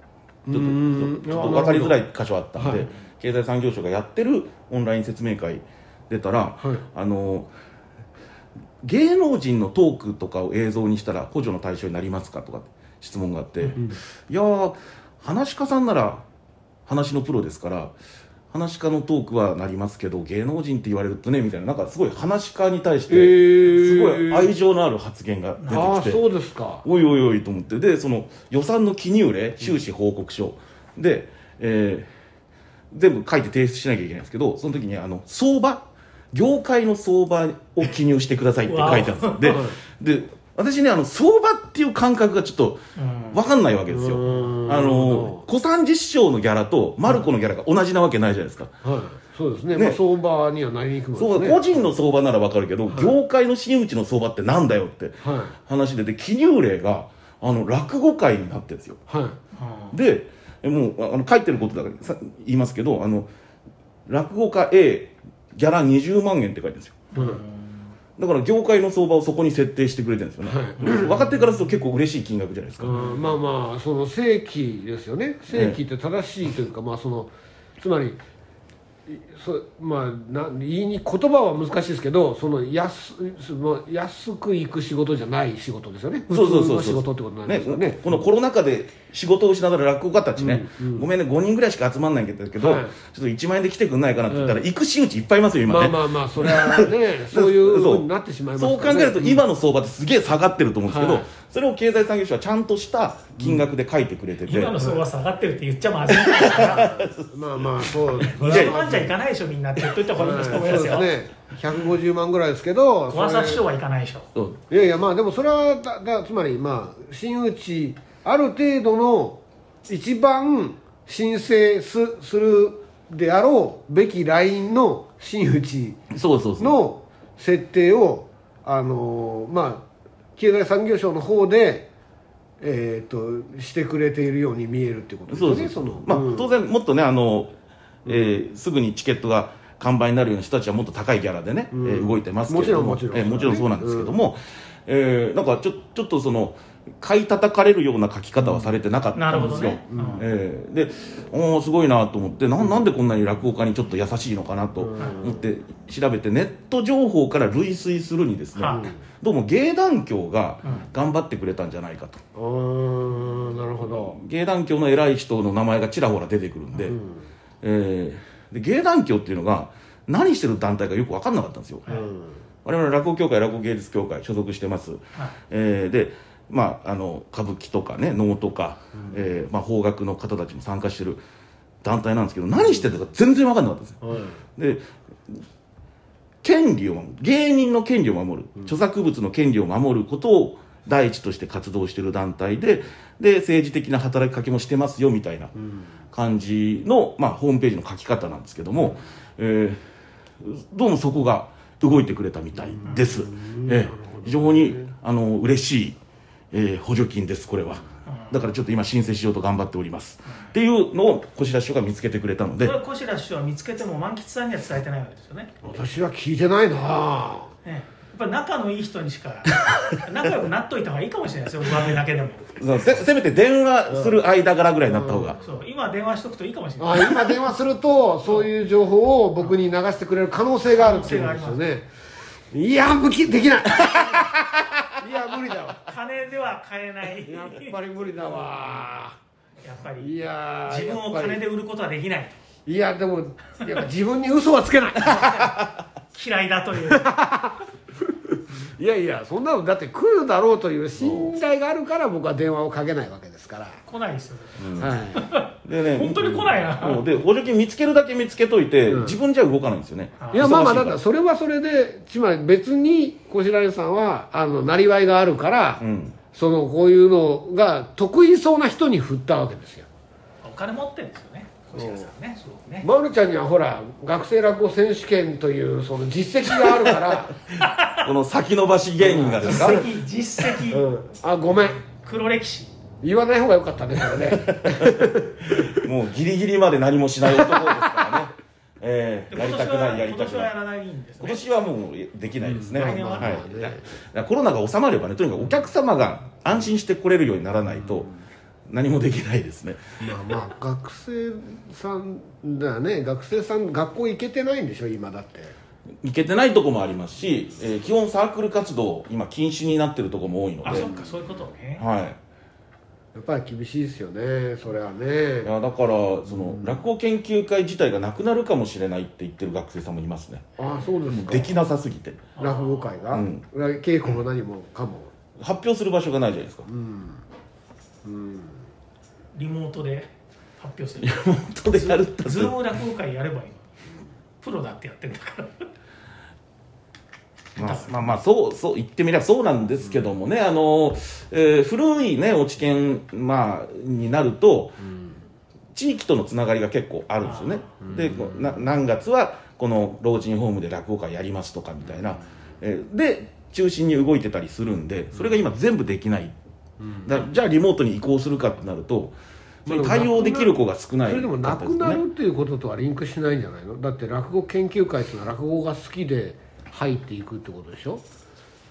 Speaker 1: ちょっと
Speaker 3: うーん
Speaker 1: ちょっ
Speaker 3: あ
Speaker 1: と
Speaker 3: ー
Speaker 1: 分かりづら
Speaker 3: ない
Speaker 1: 箇所あったんで、
Speaker 3: はい
Speaker 1: 経済産業省がやってるオンライン説明会出たら、
Speaker 3: はい
Speaker 1: あの芸能人のトークとかを映像にしたら補助の対象になりますかとか質問があって、い
Speaker 3: ん
Speaker 1: やー話し家さんなら話のプロですから話し家のトークはなりますけど芸能人って言われるとねみたいななんかすごい話し家に対して
Speaker 3: えー
Speaker 1: すごい愛情のある発言が出てきて、
Speaker 3: ああそうですか
Speaker 1: おいおいおいと思ってでその予算の記入例収支報告書、で、えー全部書いて提出しなきゃいけないんですけどその時にあの相場業界の相場を記入してくださいって書いてあるんですよでで私ねあの相場っていう感覚がちょっと
Speaker 2: うん
Speaker 1: 分かんないわけですよ
Speaker 3: うーん
Speaker 1: あの小三治師匠のギャラとマルコのギャラが同じなわけないじゃないですか
Speaker 3: はいそうですね
Speaker 1: ね
Speaker 3: まあ、相場にはなりにくくも
Speaker 1: そ
Speaker 3: あ
Speaker 1: う
Speaker 3: る
Speaker 1: だ
Speaker 3: んで
Speaker 1: 個
Speaker 3: すね
Speaker 1: 人の相場ならわかるけど、業界の真打ちの相場ってなんだよって
Speaker 3: は
Speaker 1: 話でで記入例があの落語会になってるんですよ
Speaker 3: いはい
Speaker 1: でえもうああの書いてることだからさ言いますけどあの落語家 A ギャラ20万円って書いてるんですよ
Speaker 3: うん
Speaker 1: だから業界の相場をそこに設定してくれてるんですよね、
Speaker 3: はい
Speaker 1: 分かってからすると結構嬉しい金額じゃないですか、
Speaker 3: うんまあまあその正規ですよね正規って正しいというか、まあそのつまりいそまあな言いに言葉は難しいですけどその安その安く行く仕事じゃない仕事ですよね普
Speaker 1: そうそう
Speaker 3: 通
Speaker 1: そう
Speaker 3: の
Speaker 1: そ
Speaker 3: 仕
Speaker 1: う
Speaker 3: 事ってことなん
Speaker 1: ね
Speaker 3: ですよね
Speaker 1: このコロナ禍で仕事を失った落語家たちね、ごめんね5人ぐらいしか集まんないけど、ちょ
Speaker 3: はい
Speaker 1: っと1万円で来てくんないかなって言ったら、行く真打ちいっぱいいますよ今ね、
Speaker 3: まあまあまあそれ はねそういうふうになってしまいます
Speaker 1: そう
Speaker 3: から
Speaker 1: 考
Speaker 3: ね
Speaker 1: えると今の相場ってすげえ下がってると思うんですけど、
Speaker 3: はい
Speaker 1: それを経済産業省はちゃんとした金額で書いてくれてて、
Speaker 2: 今の相場下がってるって言っちゃまずいから
Speaker 3: まあまあそう
Speaker 2: 100万じゃいかないでしょみんなって言っといた方がいいと思いますよ
Speaker 3: そうですね150万ぐらいですけど
Speaker 2: 小朝師
Speaker 3: それ
Speaker 2: 匠はいかないでしょ
Speaker 1: そう
Speaker 3: いやいやまあでもそれはだだつまりまあ真打ちある程度の一番申請すするであろうべきラインの真打ち
Speaker 1: そうそうそう
Speaker 3: の設定をあのーまあ経済産業省の方でえー、としてくれているように見えるってことです
Speaker 1: そ
Speaker 3: よ
Speaker 1: う
Speaker 3: ね
Speaker 1: そう
Speaker 3: その
Speaker 1: まあ
Speaker 3: うん
Speaker 1: 当然もっとねあの、えーすぐにチケットが完売になるような人たちはもっと高いギャラでね、
Speaker 3: うん
Speaker 1: えー動いてますけれども
Speaker 3: もちろんもちろん
Speaker 1: えーもちろんそうなんですけども、えーなんかちょちょっとその買い叩かれるような書き方はされてなかった
Speaker 2: なる
Speaker 1: ん
Speaker 2: ほ
Speaker 1: で
Speaker 2: ど
Speaker 1: すよ。
Speaker 2: ね、うん
Speaker 1: えーでおーすごいなと思ってなんなんでこんなに落語家にちょっと優しいのかなと思って調べてネット情報から類推するにですね
Speaker 2: は
Speaker 1: どうも芸団協が
Speaker 2: うん
Speaker 1: 頑張ってくれたんじゃないかと
Speaker 3: うーんなるほど、
Speaker 1: 芸団協の偉い人の名前がちらほら出てくるんで,、
Speaker 3: うん
Speaker 1: えーで芸団協っていうのが何してる団体かよく分かんなかったんですよ
Speaker 3: うん
Speaker 1: 我々落語協会落語芸術協会所属してます、えーでまああの歌舞伎とかね能とか、えーまあ、邦楽の方たちも参加してる団体なんですけど何してるか全然分かんなかったんですよ
Speaker 3: はい
Speaker 1: で権利を守る芸人の権利を守る著作物の権利を守ることを第一として活動してる団体でで政治的な働きかけもしてますよみたいな感じの、まあ、ホームページの書き方なんですけども、えーどうもそこが動いてくれたみたいです、ええ非常にあの嬉しい、えー補助金ですこれは。だからちょっと今申請しようと頑張っております、っていうのを小白師匠が見つけてくれたので
Speaker 2: それは小白師匠は見つけても満吉さんには伝えてないわけですよね
Speaker 3: 私は聞いてないなあ
Speaker 2: ねやっぱり仲のいい人にしか 仲良くなっといた方がいいかもしれないですよ上辺だけでも
Speaker 1: そうせせめて電話する間柄ぐらいになった方が、
Speaker 2: そう今電話しとくといいかもしれない
Speaker 3: あ今電話するとそういう情報を僕に流してくれる可能性があるっていうんですよねいや無きできない いや無理だわ
Speaker 2: 金では買えない
Speaker 3: やっぱり無理だわ
Speaker 2: やっぱり
Speaker 3: いやー
Speaker 2: 自分を
Speaker 3: やっぱ
Speaker 2: 金
Speaker 3: り
Speaker 2: で売ることはできない
Speaker 3: いやでもやっぱ自分に嘘はつ けない
Speaker 2: 嫌いだという
Speaker 3: いやいやそんなのだって来るだろうという信頼があるから僕は電話をかけないわけですから、
Speaker 2: 来ないですよね
Speaker 3: は
Speaker 1: でね
Speaker 2: 本当に来ないな
Speaker 1: うんで補助金見つけるだけ見つけといて、
Speaker 3: うん
Speaker 1: 自分じゃ動かないんですよね
Speaker 2: あ
Speaker 3: い、いやまあま
Speaker 1: 忙し
Speaker 3: あだ
Speaker 1: い
Speaker 3: か
Speaker 1: から
Speaker 3: らそれはそれでつまり別に小白井さんはあのなりわいがあるから、
Speaker 1: うん
Speaker 3: そのこういうのが得意そうな人に振ったわけですよ
Speaker 2: お金持ってるんですよね小白さんねそうね
Speaker 3: まるちゃんにはほら学生落語選手権というその実績があるから、
Speaker 1: この先延ばし芸人が です
Speaker 2: 実
Speaker 1: か
Speaker 2: 績実績、
Speaker 3: うん、あごめん
Speaker 2: 黒歴史
Speaker 3: 言わない方がよかったねこれね
Speaker 1: もうギリギリまで何もしない男ですからね、 え
Speaker 2: で
Speaker 1: ーや
Speaker 2: 今
Speaker 1: り
Speaker 2: 年
Speaker 1: たく
Speaker 2: は
Speaker 1: ないやり
Speaker 2: 今
Speaker 1: た
Speaker 2: 年
Speaker 1: く
Speaker 2: は
Speaker 1: な
Speaker 2: や
Speaker 1: い
Speaker 2: らないんです
Speaker 1: 今
Speaker 2: ね
Speaker 1: 年はもうできないですね、
Speaker 3: うんまあ
Speaker 2: まあ
Speaker 1: はい
Speaker 3: まあね
Speaker 1: だからコロナが収まればねとにかくお客様が安心して来れるようにならないと何もできないですね、
Speaker 3: まあまあ学生さんだね学生さん学校行けてないんでしょ今だって
Speaker 1: 行けてないとこもありますし、えー基本サークル活動今禁止になってるとこも多いので
Speaker 2: あそっかそういうことね
Speaker 1: はい
Speaker 3: やっぱり厳しいですよねそれはね
Speaker 1: いやだからその、落語研究会自体がなくなるかもしれないって言ってる学生さんもいますね
Speaker 3: ああそうですか
Speaker 1: できなさすぎて
Speaker 3: 落語会が、
Speaker 1: うん
Speaker 3: 稽古も何もかも
Speaker 1: 発表する場所がないじゃないですか
Speaker 3: うんうん
Speaker 2: リモートで発表する
Speaker 1: 本当でやるった
Speaker 2: ズ
Speaker 1: ず
Speaker 2: ーム落語会やればいいのにプロだってやってんだから
Speaker 1: まあ、まあまあそうそう言ってみればそうなんですけどもね、あの、えー古いね落研、まあ、になると、地域とのつながりが結構あるんですよねでこうな何月はこの老人ホームで落語会やりますとかみたいな、えーで中心に動いてたりするんでそれが今全部できない、だからじゃあリモートに移行するかってなるとそれに対応できる子が少ない
Speaker 3: それでも
Speaker 1: か
Speaker 3: な
Speaker 1: ったで
Speaker 3: く
Speaker 1: すね
Speaker 3: なるっていうこととはリンクしないんじゃないのだって落語研究会っていうのは落語が好きで入っていくってことでしょ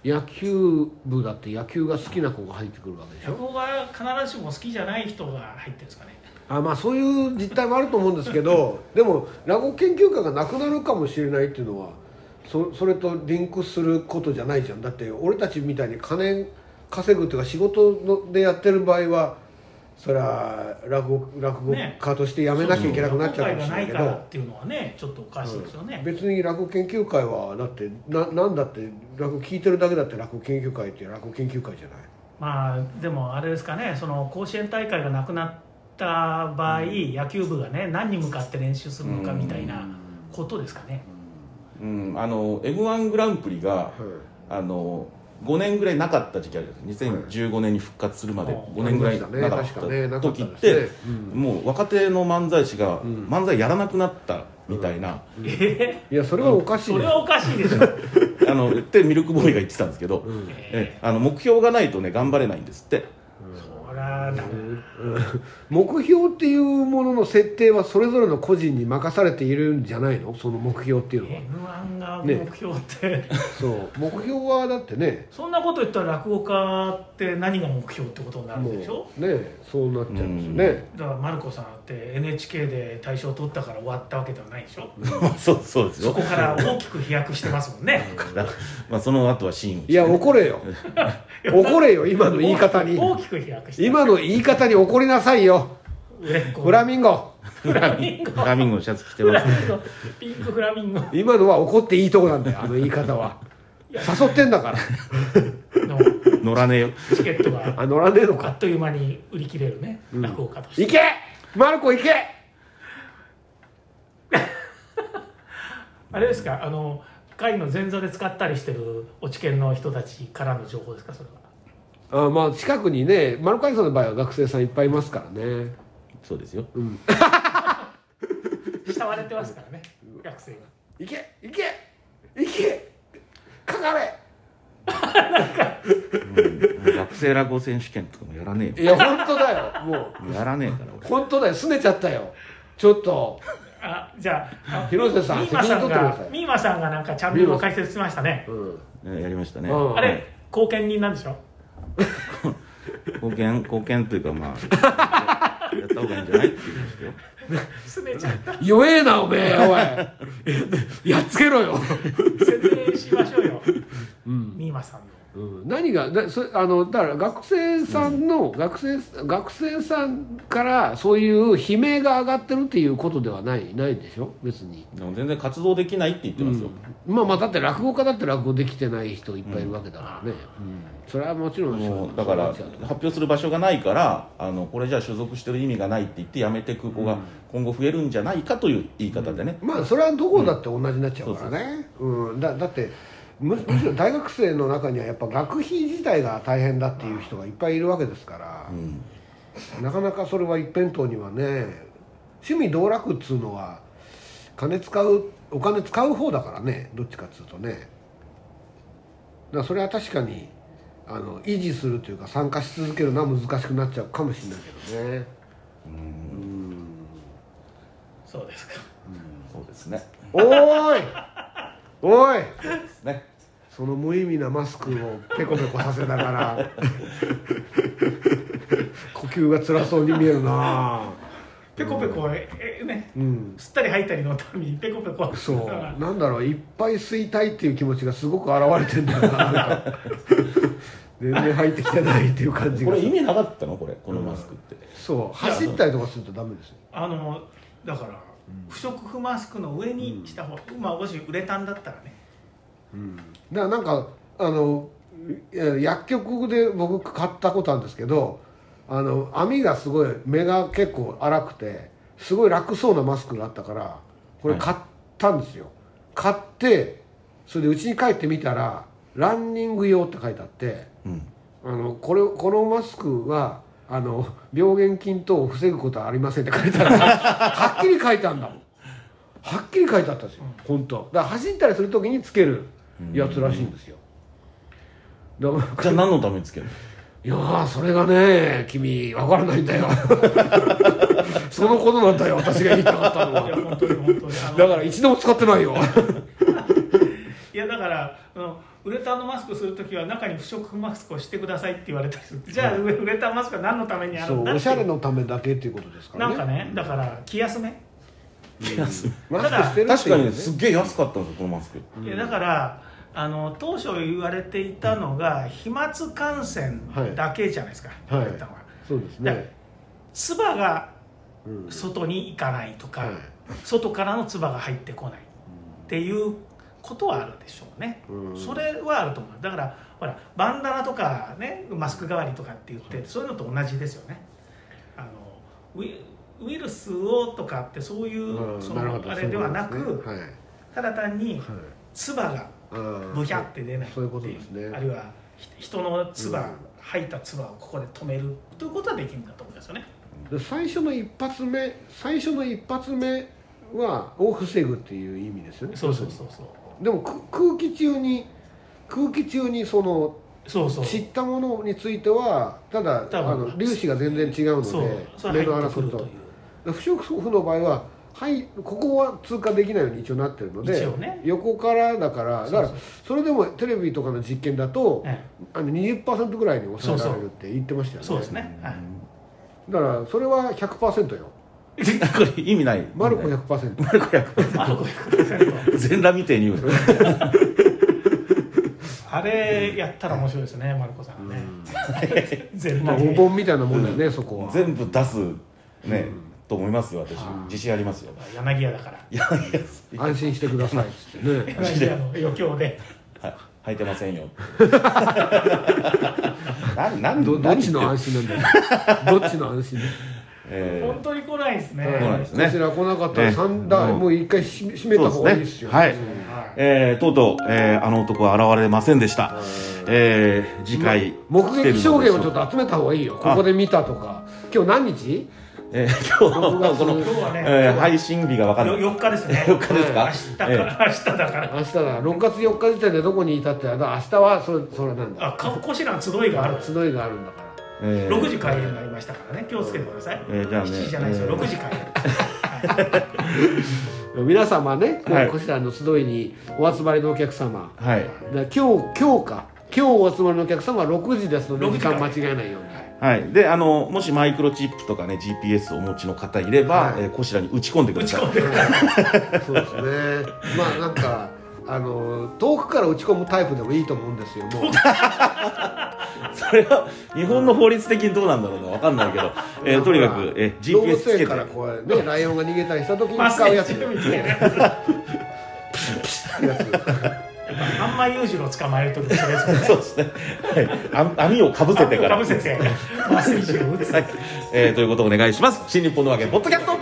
Speaker 3: 野球部だって野球が好きな子が入ってくるわけでし
Speaker 2: 落
Speaker 3: ょ
Speaker 2: 語が必ずしも好きじゃない人が入ってるんですかね
Speaker 3: あまあそういう実態もあると思うんですけ どでも落語研究会がなくなるかもしれないっていうのはそそれとリンクすることじゃないじゃんだって俺たちみたいに金稼ぐっていうか仕事のでやってる場合はそりゃ落語落語家として辞めなきゃいけなくなっちゃうかもしれないけど、
Speaker 2: そうそう落語会がないからっていうのはねちょっとおかしいですよね、
Speaker 3: 別に落語研究会はだってななんだって落語聞いてるだけだって落語研究会って落語研究会じゃない
Speaker 2: まあでもあれですかねその甲子園大会がなくなった場合、野球部がね何に向かって練習するのかみたいなことですかね、
Speaker 1: うん、あの m 1グランプリがあの5年ぐらいなかった時期あるじゃないですか2015年に復活するまで
Speaker 2: はい
Speaker 1: 5年ぐらいなかっ
Speaker 3: ありましたね
Speaker 1: た
Speaker 3: 確かね
Speaker 1: 時っ
Speaker 3: なかった
Speaker 1: て
Speaker 3: ですね
Speaker 1: もう若手の漫才師が
Speaker 3: ん
Speaker 1: 漫才やらなくなったみたいな、
Speaker 2: え
Speaker 3: いやそれはおか
Speaker 2: ー
Speaker 3: しい
Speaker 2: そ
Speaker 3: で
Speaker 2: れ
Speaker 3: す
Speaker 2: はおかしいでしょ、
Speaker 1: あのってミルクボーイが言ってたんですけど、
Speaker 3: うん
Speaker 1: えあの目標がないとね頑張れないんですって
Speaker 2: そりゃダメ
Speaker 3: 目標っていうものの設定はそれぞれの個人に任されているんじゃないのその目標っていうのは
Speaker 2: m 1が
Speaker 3: ね
Speaker 2: 目標って、
Speaker 3: そう目標はだってね
Speaker 2: そんなこと言ったら落語家って何が目標ってことになる
Speaker 3: も
Speaker 2: ん
Speaker 3: う
Speaker 2: でしょ
Speaker 3: ねそうなっちゃうんですよね
Speaker 2: だからマルコさんって NHK で大賞取ったから終わったわけではないでしょ
Speaker 1: そうそうです
Speaker 2: そ
Speaker 1: よ
Speaker 2: こから大きく飛躍してますもんね
Speaker 1: だからまあ、その後はシーン
Speaker 3: いや怒れよ怒れよ今の言い方に
Speaker 2: 大きく飛躍して
Speaker 3: 今の言い方に怒りなさいよ
Speaker 2: 売れっ子
Speaker 3: フラミンゴ
Speaker 2: フラミンゴ
Speaker 1: フラミンゴのシャツ着て
Speaker 2: フ
Speaker 1: ま
Speaker 2: ラ
Speaker 1: す
Speaker 2: ミンゴピンクフラミンゴ
Speaker 3: 今のは怒っていいとこなん だよあの言い方は誘ってんだから
Speaker 2: の
Speaker 1: 乗らねえよ
Speaker 2: チケットが
Speaker 3: あ乗らねえの
Speaker 2: あ
Speaker 3: か
Speaker 2: っという間に売り切れるね、落語家として
Speaker 3: 行けマルコ行け
Speaker 2: あれですかあの会の前座で使ったりしてるお知見の人たちからの情報ですかそれは
Speaker 3: あまあ近くにねマルコアニさんの場合は学生さんいっぱいいますからね
Speaker 1: そうですよ
Speaker 2: 慕われてますからね学生が
Speaker 3: 行け行け行けかかれ
Speaker 1: 学生落語選手権とかもやらねえ
Speaker 3: いや本当だよも
Speaker 1: よやらねえから
Speaker 3: う本当だよ拗ねちゃったよちょっと
Speaker 2: あじゃああ
Speaker 3: 広瀬さん
Speaker 2: ミーマさん
Speaker 3: 責任取ってくだ
Speaker 2: が
Speaker 3: さい
Speaker 2: ミーマさんがなんかチャンネルを開設しましたね
Speaker 3: うん
Speaker 1: 俺えやりましたね
Speaker 3: うん
Speaker 2: あれ貢献人なんでしょ
Speaker 1: 貢献貢献というかまあや った方がいいんじゃないって言いましたよ
Speaker 2: すねちゃんと
Speaker 3: 弱えなおめえおい やっつけろよ
Speaker 2: 説明しましょうよ、ミーマさんの
Speaker 3: うん、何がだそれあのだから学生さんの、学生学生さんからそういう悲鳴が上がってるっていうことではないないでしょ別に、
Speaker 1: でも全然活動できないって言ってますよ、
Speaker 3: まあまあだって落語家だって落語できてない人いっぱいいるわけだからね、うんそれはもちろん
Speaker 1: もうだから
Speaker 3: そうなっちゃうと
Speaker 1: 発表する場所がないからあのこれじゃあ所属してる意味がないって言ってやめてく子が今後増えるんじゃないかという言い方でね、
Speaker 3: まあそれはどこだって同じになっちゃうからね、うんだだってむむしろ大学生の中にはやっぱ学費自体が大変だっていう人がいっぱいいるわけですから、なかなかそれは一辺倒にはね趣味道楽っつうのは金使うお金使う方だからねどっちかっつうとねだからそれは確かにあの維持するというか参加し続けるのは難しくなっちゃうかもしれないけどね
Speaker 2: そうですか
Speaker 1: そうですね
Speaker 3: おーいおい
Speaker 1: ね
Speaker 3: その無意味なマスクをペコペコさせながら呼吸が辛そうに見えるな
Speaker 2: ペコペコええね
Speaker 3: うん
Speaker 2: 吸ったり吐いたりのためにペコペコ
Speaker 3: そうなんだろういっぱい吸いたいっていう気持ちがすごく表れてんだよななんか全然入ってきてないっていう感じ
Speaker 1: こ
Speaker 3: が
Speaker 1: れ意味なかったのこれこのマスクって、
Speaker 3: そう走ったりとかするとダメですよ
Speaker 2: あのだから不織布マスクの上にした方が、まあもしウレタンだったらね
Speaker 3: だからなんかあのいや薬局で僕買ったことあるんですけどあの網がすごい目が結構荒くてすごい楽そうなマスクがあったからこれ買ったんですよ、買ってそれでうちに帰ってみたら「ランニング用」って書いてあって
Speaker 1: うん
Speaker 3: あのこれこのマスクはあの病原菌等を防ぐことはありませんって書いてあるはっきり書いてあるんだもんはっきり書いてあったんですよ本当だから走ったりする時につけるやつらしいんですよだから
Speaker 1: じゃあ何のためにつけるの
Speaker 3: いやーそれがね君わからないんだよそのことなんだよ私が言いたかったの
Speaker 2: い
Speaker 3: は
Speaker 2: や本当に本当にあの
Speaker 3: だから一度も使ってないよ
Speaker 2: いやだからあのウレタンのマスクするときは中に不織布マスクをしてくださいって言われたりするじゃあ、ウレウレタンマスクは何のためにあ
Speaker 3: そ
Speaker 2: るん
Speaker 3: う
Speaker 2: だ
Speaker 3: お
Speaker 2: って
Speaker 3: し
Speaker 2: い
Speaker 3: ゃ
Speaker 2: う
Speaker 3: れのためだけっていうことですか
Speaker 2: なん
Speaker 3: らね
Speaker 2: かねだから気休め、
Speaker 3: マス
Speaker 2: ただ
Speaker 3: クしてるって
Speaker 1: 確
Speaker 3: い
Speaker 1: か
Speaker 3: うね
Speaker 1: にすっげえ安かったんですよこのマ スク
Speaker 2: いやだからあの当初言われていたのが飛沫感染だけじゃないですか、
Speaker 3: はい
Speaker 2: ウレタンは
Speaker 3: そうですね、
Speaker 2: 唾が
Speaker 3: うん
Speaker 2: 外に行かないとか、
Speaker 3: はい
Speaker 2: 外からの唾が入ってこないっていうことはあるでしょうね、
Speaker 3: うん
Speaker 2: それはあると思うだからほらバンダナとかねマスク代わりとかって言って、そういうのと同じですよねあのウイウイルスをとかってそういう、
Speaker 3: うん
Speaker 2: そ
Speaker 3: なるほ
Speaker 2: の
Speaker 3: ど
Speaker 2: あれではなく
Speaker 3: そういうことですね
Speaker 2: ただ単に唾が
Speaker 3: はいはいあー
Speaker 2: ブヒャって出ないって
Speaker 3: そういうことですね
Speaker 2: あるいはひ人の唾、
Speaker 3: うん
Speaker 2: 吐いた唾をここで止めるということはできるんだと思うんですよね
Speaker 3: で最初の一発目最初の一発目はを防ぐっていう意味ですよね
Speaker 2: そうそうそうそう
Speaker 3: でもく空気中に空気中にその
Speaker 2: そうそう
Speaker 3: 散ったものについてはただ
Speaker 2: 多
Speaker 3: あ
Speaker 2: 分
Speaker 3: の粒子が全然違うので
Speaker 2: そうそ
Speaker 3: 目
Speaker 2: れ入
Speaker 3: の
Speaker 2: ってく
Speaker 3: 争
Speaker 2: る
Speaker 3: い
Speaker 2: とい
Speaker 3: と
Speaker 2: う
Speaker 3: で不織布の場合は、はい、ここは通過できないように一応なってるので
Speaker 2: 一応ね
Speaker 3: 横からだからだから
Speaker 2: そう
Speaker 3: それでもテレビとかの実験だと、
Speaker 2: え
Speaker 3: あの20%ぐらいに抑えられるって言ってましたよ
Speaker 2: え
Speaker 3: ね
Speaker 2: そうですね、はい
Speaker 3: だからそれは100%よ
Speaker 1: これ意味ない
Speaker 3: マルコ
Speaker 1: 意味ない
Speaker 3: 100%
Speaker 1: マルコ100
Speaker 2: あの 500%
Speaker 1: 全裸みてえに言う
Speaker 2: あれやったら面白いですねマルコさんはね全
Speaker 3: まあ
Speaker 2: 裸
Speaker 3: お
Speaker 2: に
Speaker 3: 盆みたいなもんだよね、そこは
Speaker 1: 全部出すねと思いますよ私自信ありますよ
Speaker 2: 柳家だから
Speaker 1: いやいや
Speaker 3: 安心してくださいっつってね
Speaker 2: 柳家の余興で
Speaker 1: は履いてません よななん
Speaker 3: どどっちの
Speaker 1: 何言って
Speaker 3: 安心なんだよどっちの安心だよ
Speaker 1: えー
Speaker 2: 本当に来ないですね
Speaker 1: 来ないですね
Speaker 3: こちら来なかったら
Speaker 1: ね
Speaker 3: 三段、
Speaker 1: うん
Speaker 3: もう一回し閉めた方がいいですよ。
Speaker 1: そうですね
Speaker 3: うん
Speaker 2: は
Speaker 1: えーとうとう、えーあの男は現れませんでした、えー次回
Speaker 3: 目撃証言をちょっ
Speaker 1: と、
Speaker 3: と集めた方がいいよ。ここで見たとか。今日何日？
Speaker 1: えー今日
Speaker 3: 録画
Speaker 1: の
Speaker 3: す
Speaker 1: こ
Speaker 3: る
Speaker 1: の、
Speaker 2: い今日はね、
Speaker 1: えー配信日が分かんない
Speaker 2: よ4日ですね
Speaker 1: 4日ですか、
Speaker 2: 明日から明日だから
Speaker 3: 明日だ。6月4日時点でどこにいたってだから明日はそれそれなんだ。
Speaker 2: あかっこしらん集いがある
Speaker 3: 集いがあるんだから。
Speaker 1: えー
Speaker 2: 6時開演になりましたからね気をつけてください、
Speaker 1: えーじゃあね
Speaker 2: 7時じゃないですよ、
Speaker 1: えー
Speaker 2: 6時開演
Speaker 3: 皆様ね、こう
Speaker 1: はい
Speaker 3: こちらの集いにお集まりのお客様。
Speaker 1: はい
Speaker 3: だから今日今日か。今日お集まりのお客様は6時ですので
Speaker 2: 6
Speaker 3: 時
Speaker 2: 時か
Speaker 3: 間
Speaker 2: ら
Speaker 3: 間違えないように。
Speaker 1: はい、であのもしマイクロチップとかね GPS をお持ちの方いれば、
Speaker 3: はい
Speaker 1: えーこちらに打ち込んでく
Speaker 2: 打
Speaker 1: だ
Speaker 2: ち
Speaker 1: さい
Speaker 2: 込んでください
Speaker 3: そうですね。まあなんかあの遠くから打ち込むタイプでもいいと思うんですよ。もう。
Speaker 1: それは日本の法律的にどうなんだろうな分かんないけ ど、えーとにかく、えー
Speaker 3: 動物
Speaker 1: GPS つけて
Speaker 3: 園からこうねライオンが逃げたりした時
Speaker 2: マ
Speaker 3: に
Speaker 2: ス
Speaker 3: 使
Speaker 2: ク
Speaker 3: うや つ
Speaker 2: 中
Speaker 3: や
Speaker 2: みたいなやっ
Speaker 3: つ
Speaker 2: ぱあんま裕次郎捕まえるときそれですもんね
Speaker 1: そうですね、はいあ、網を かぶせてから
Speaker 2: かぶせて麻酔銃を打つ
Speaker 1: はいえーということをお願いします新日本のわけポッドキャスト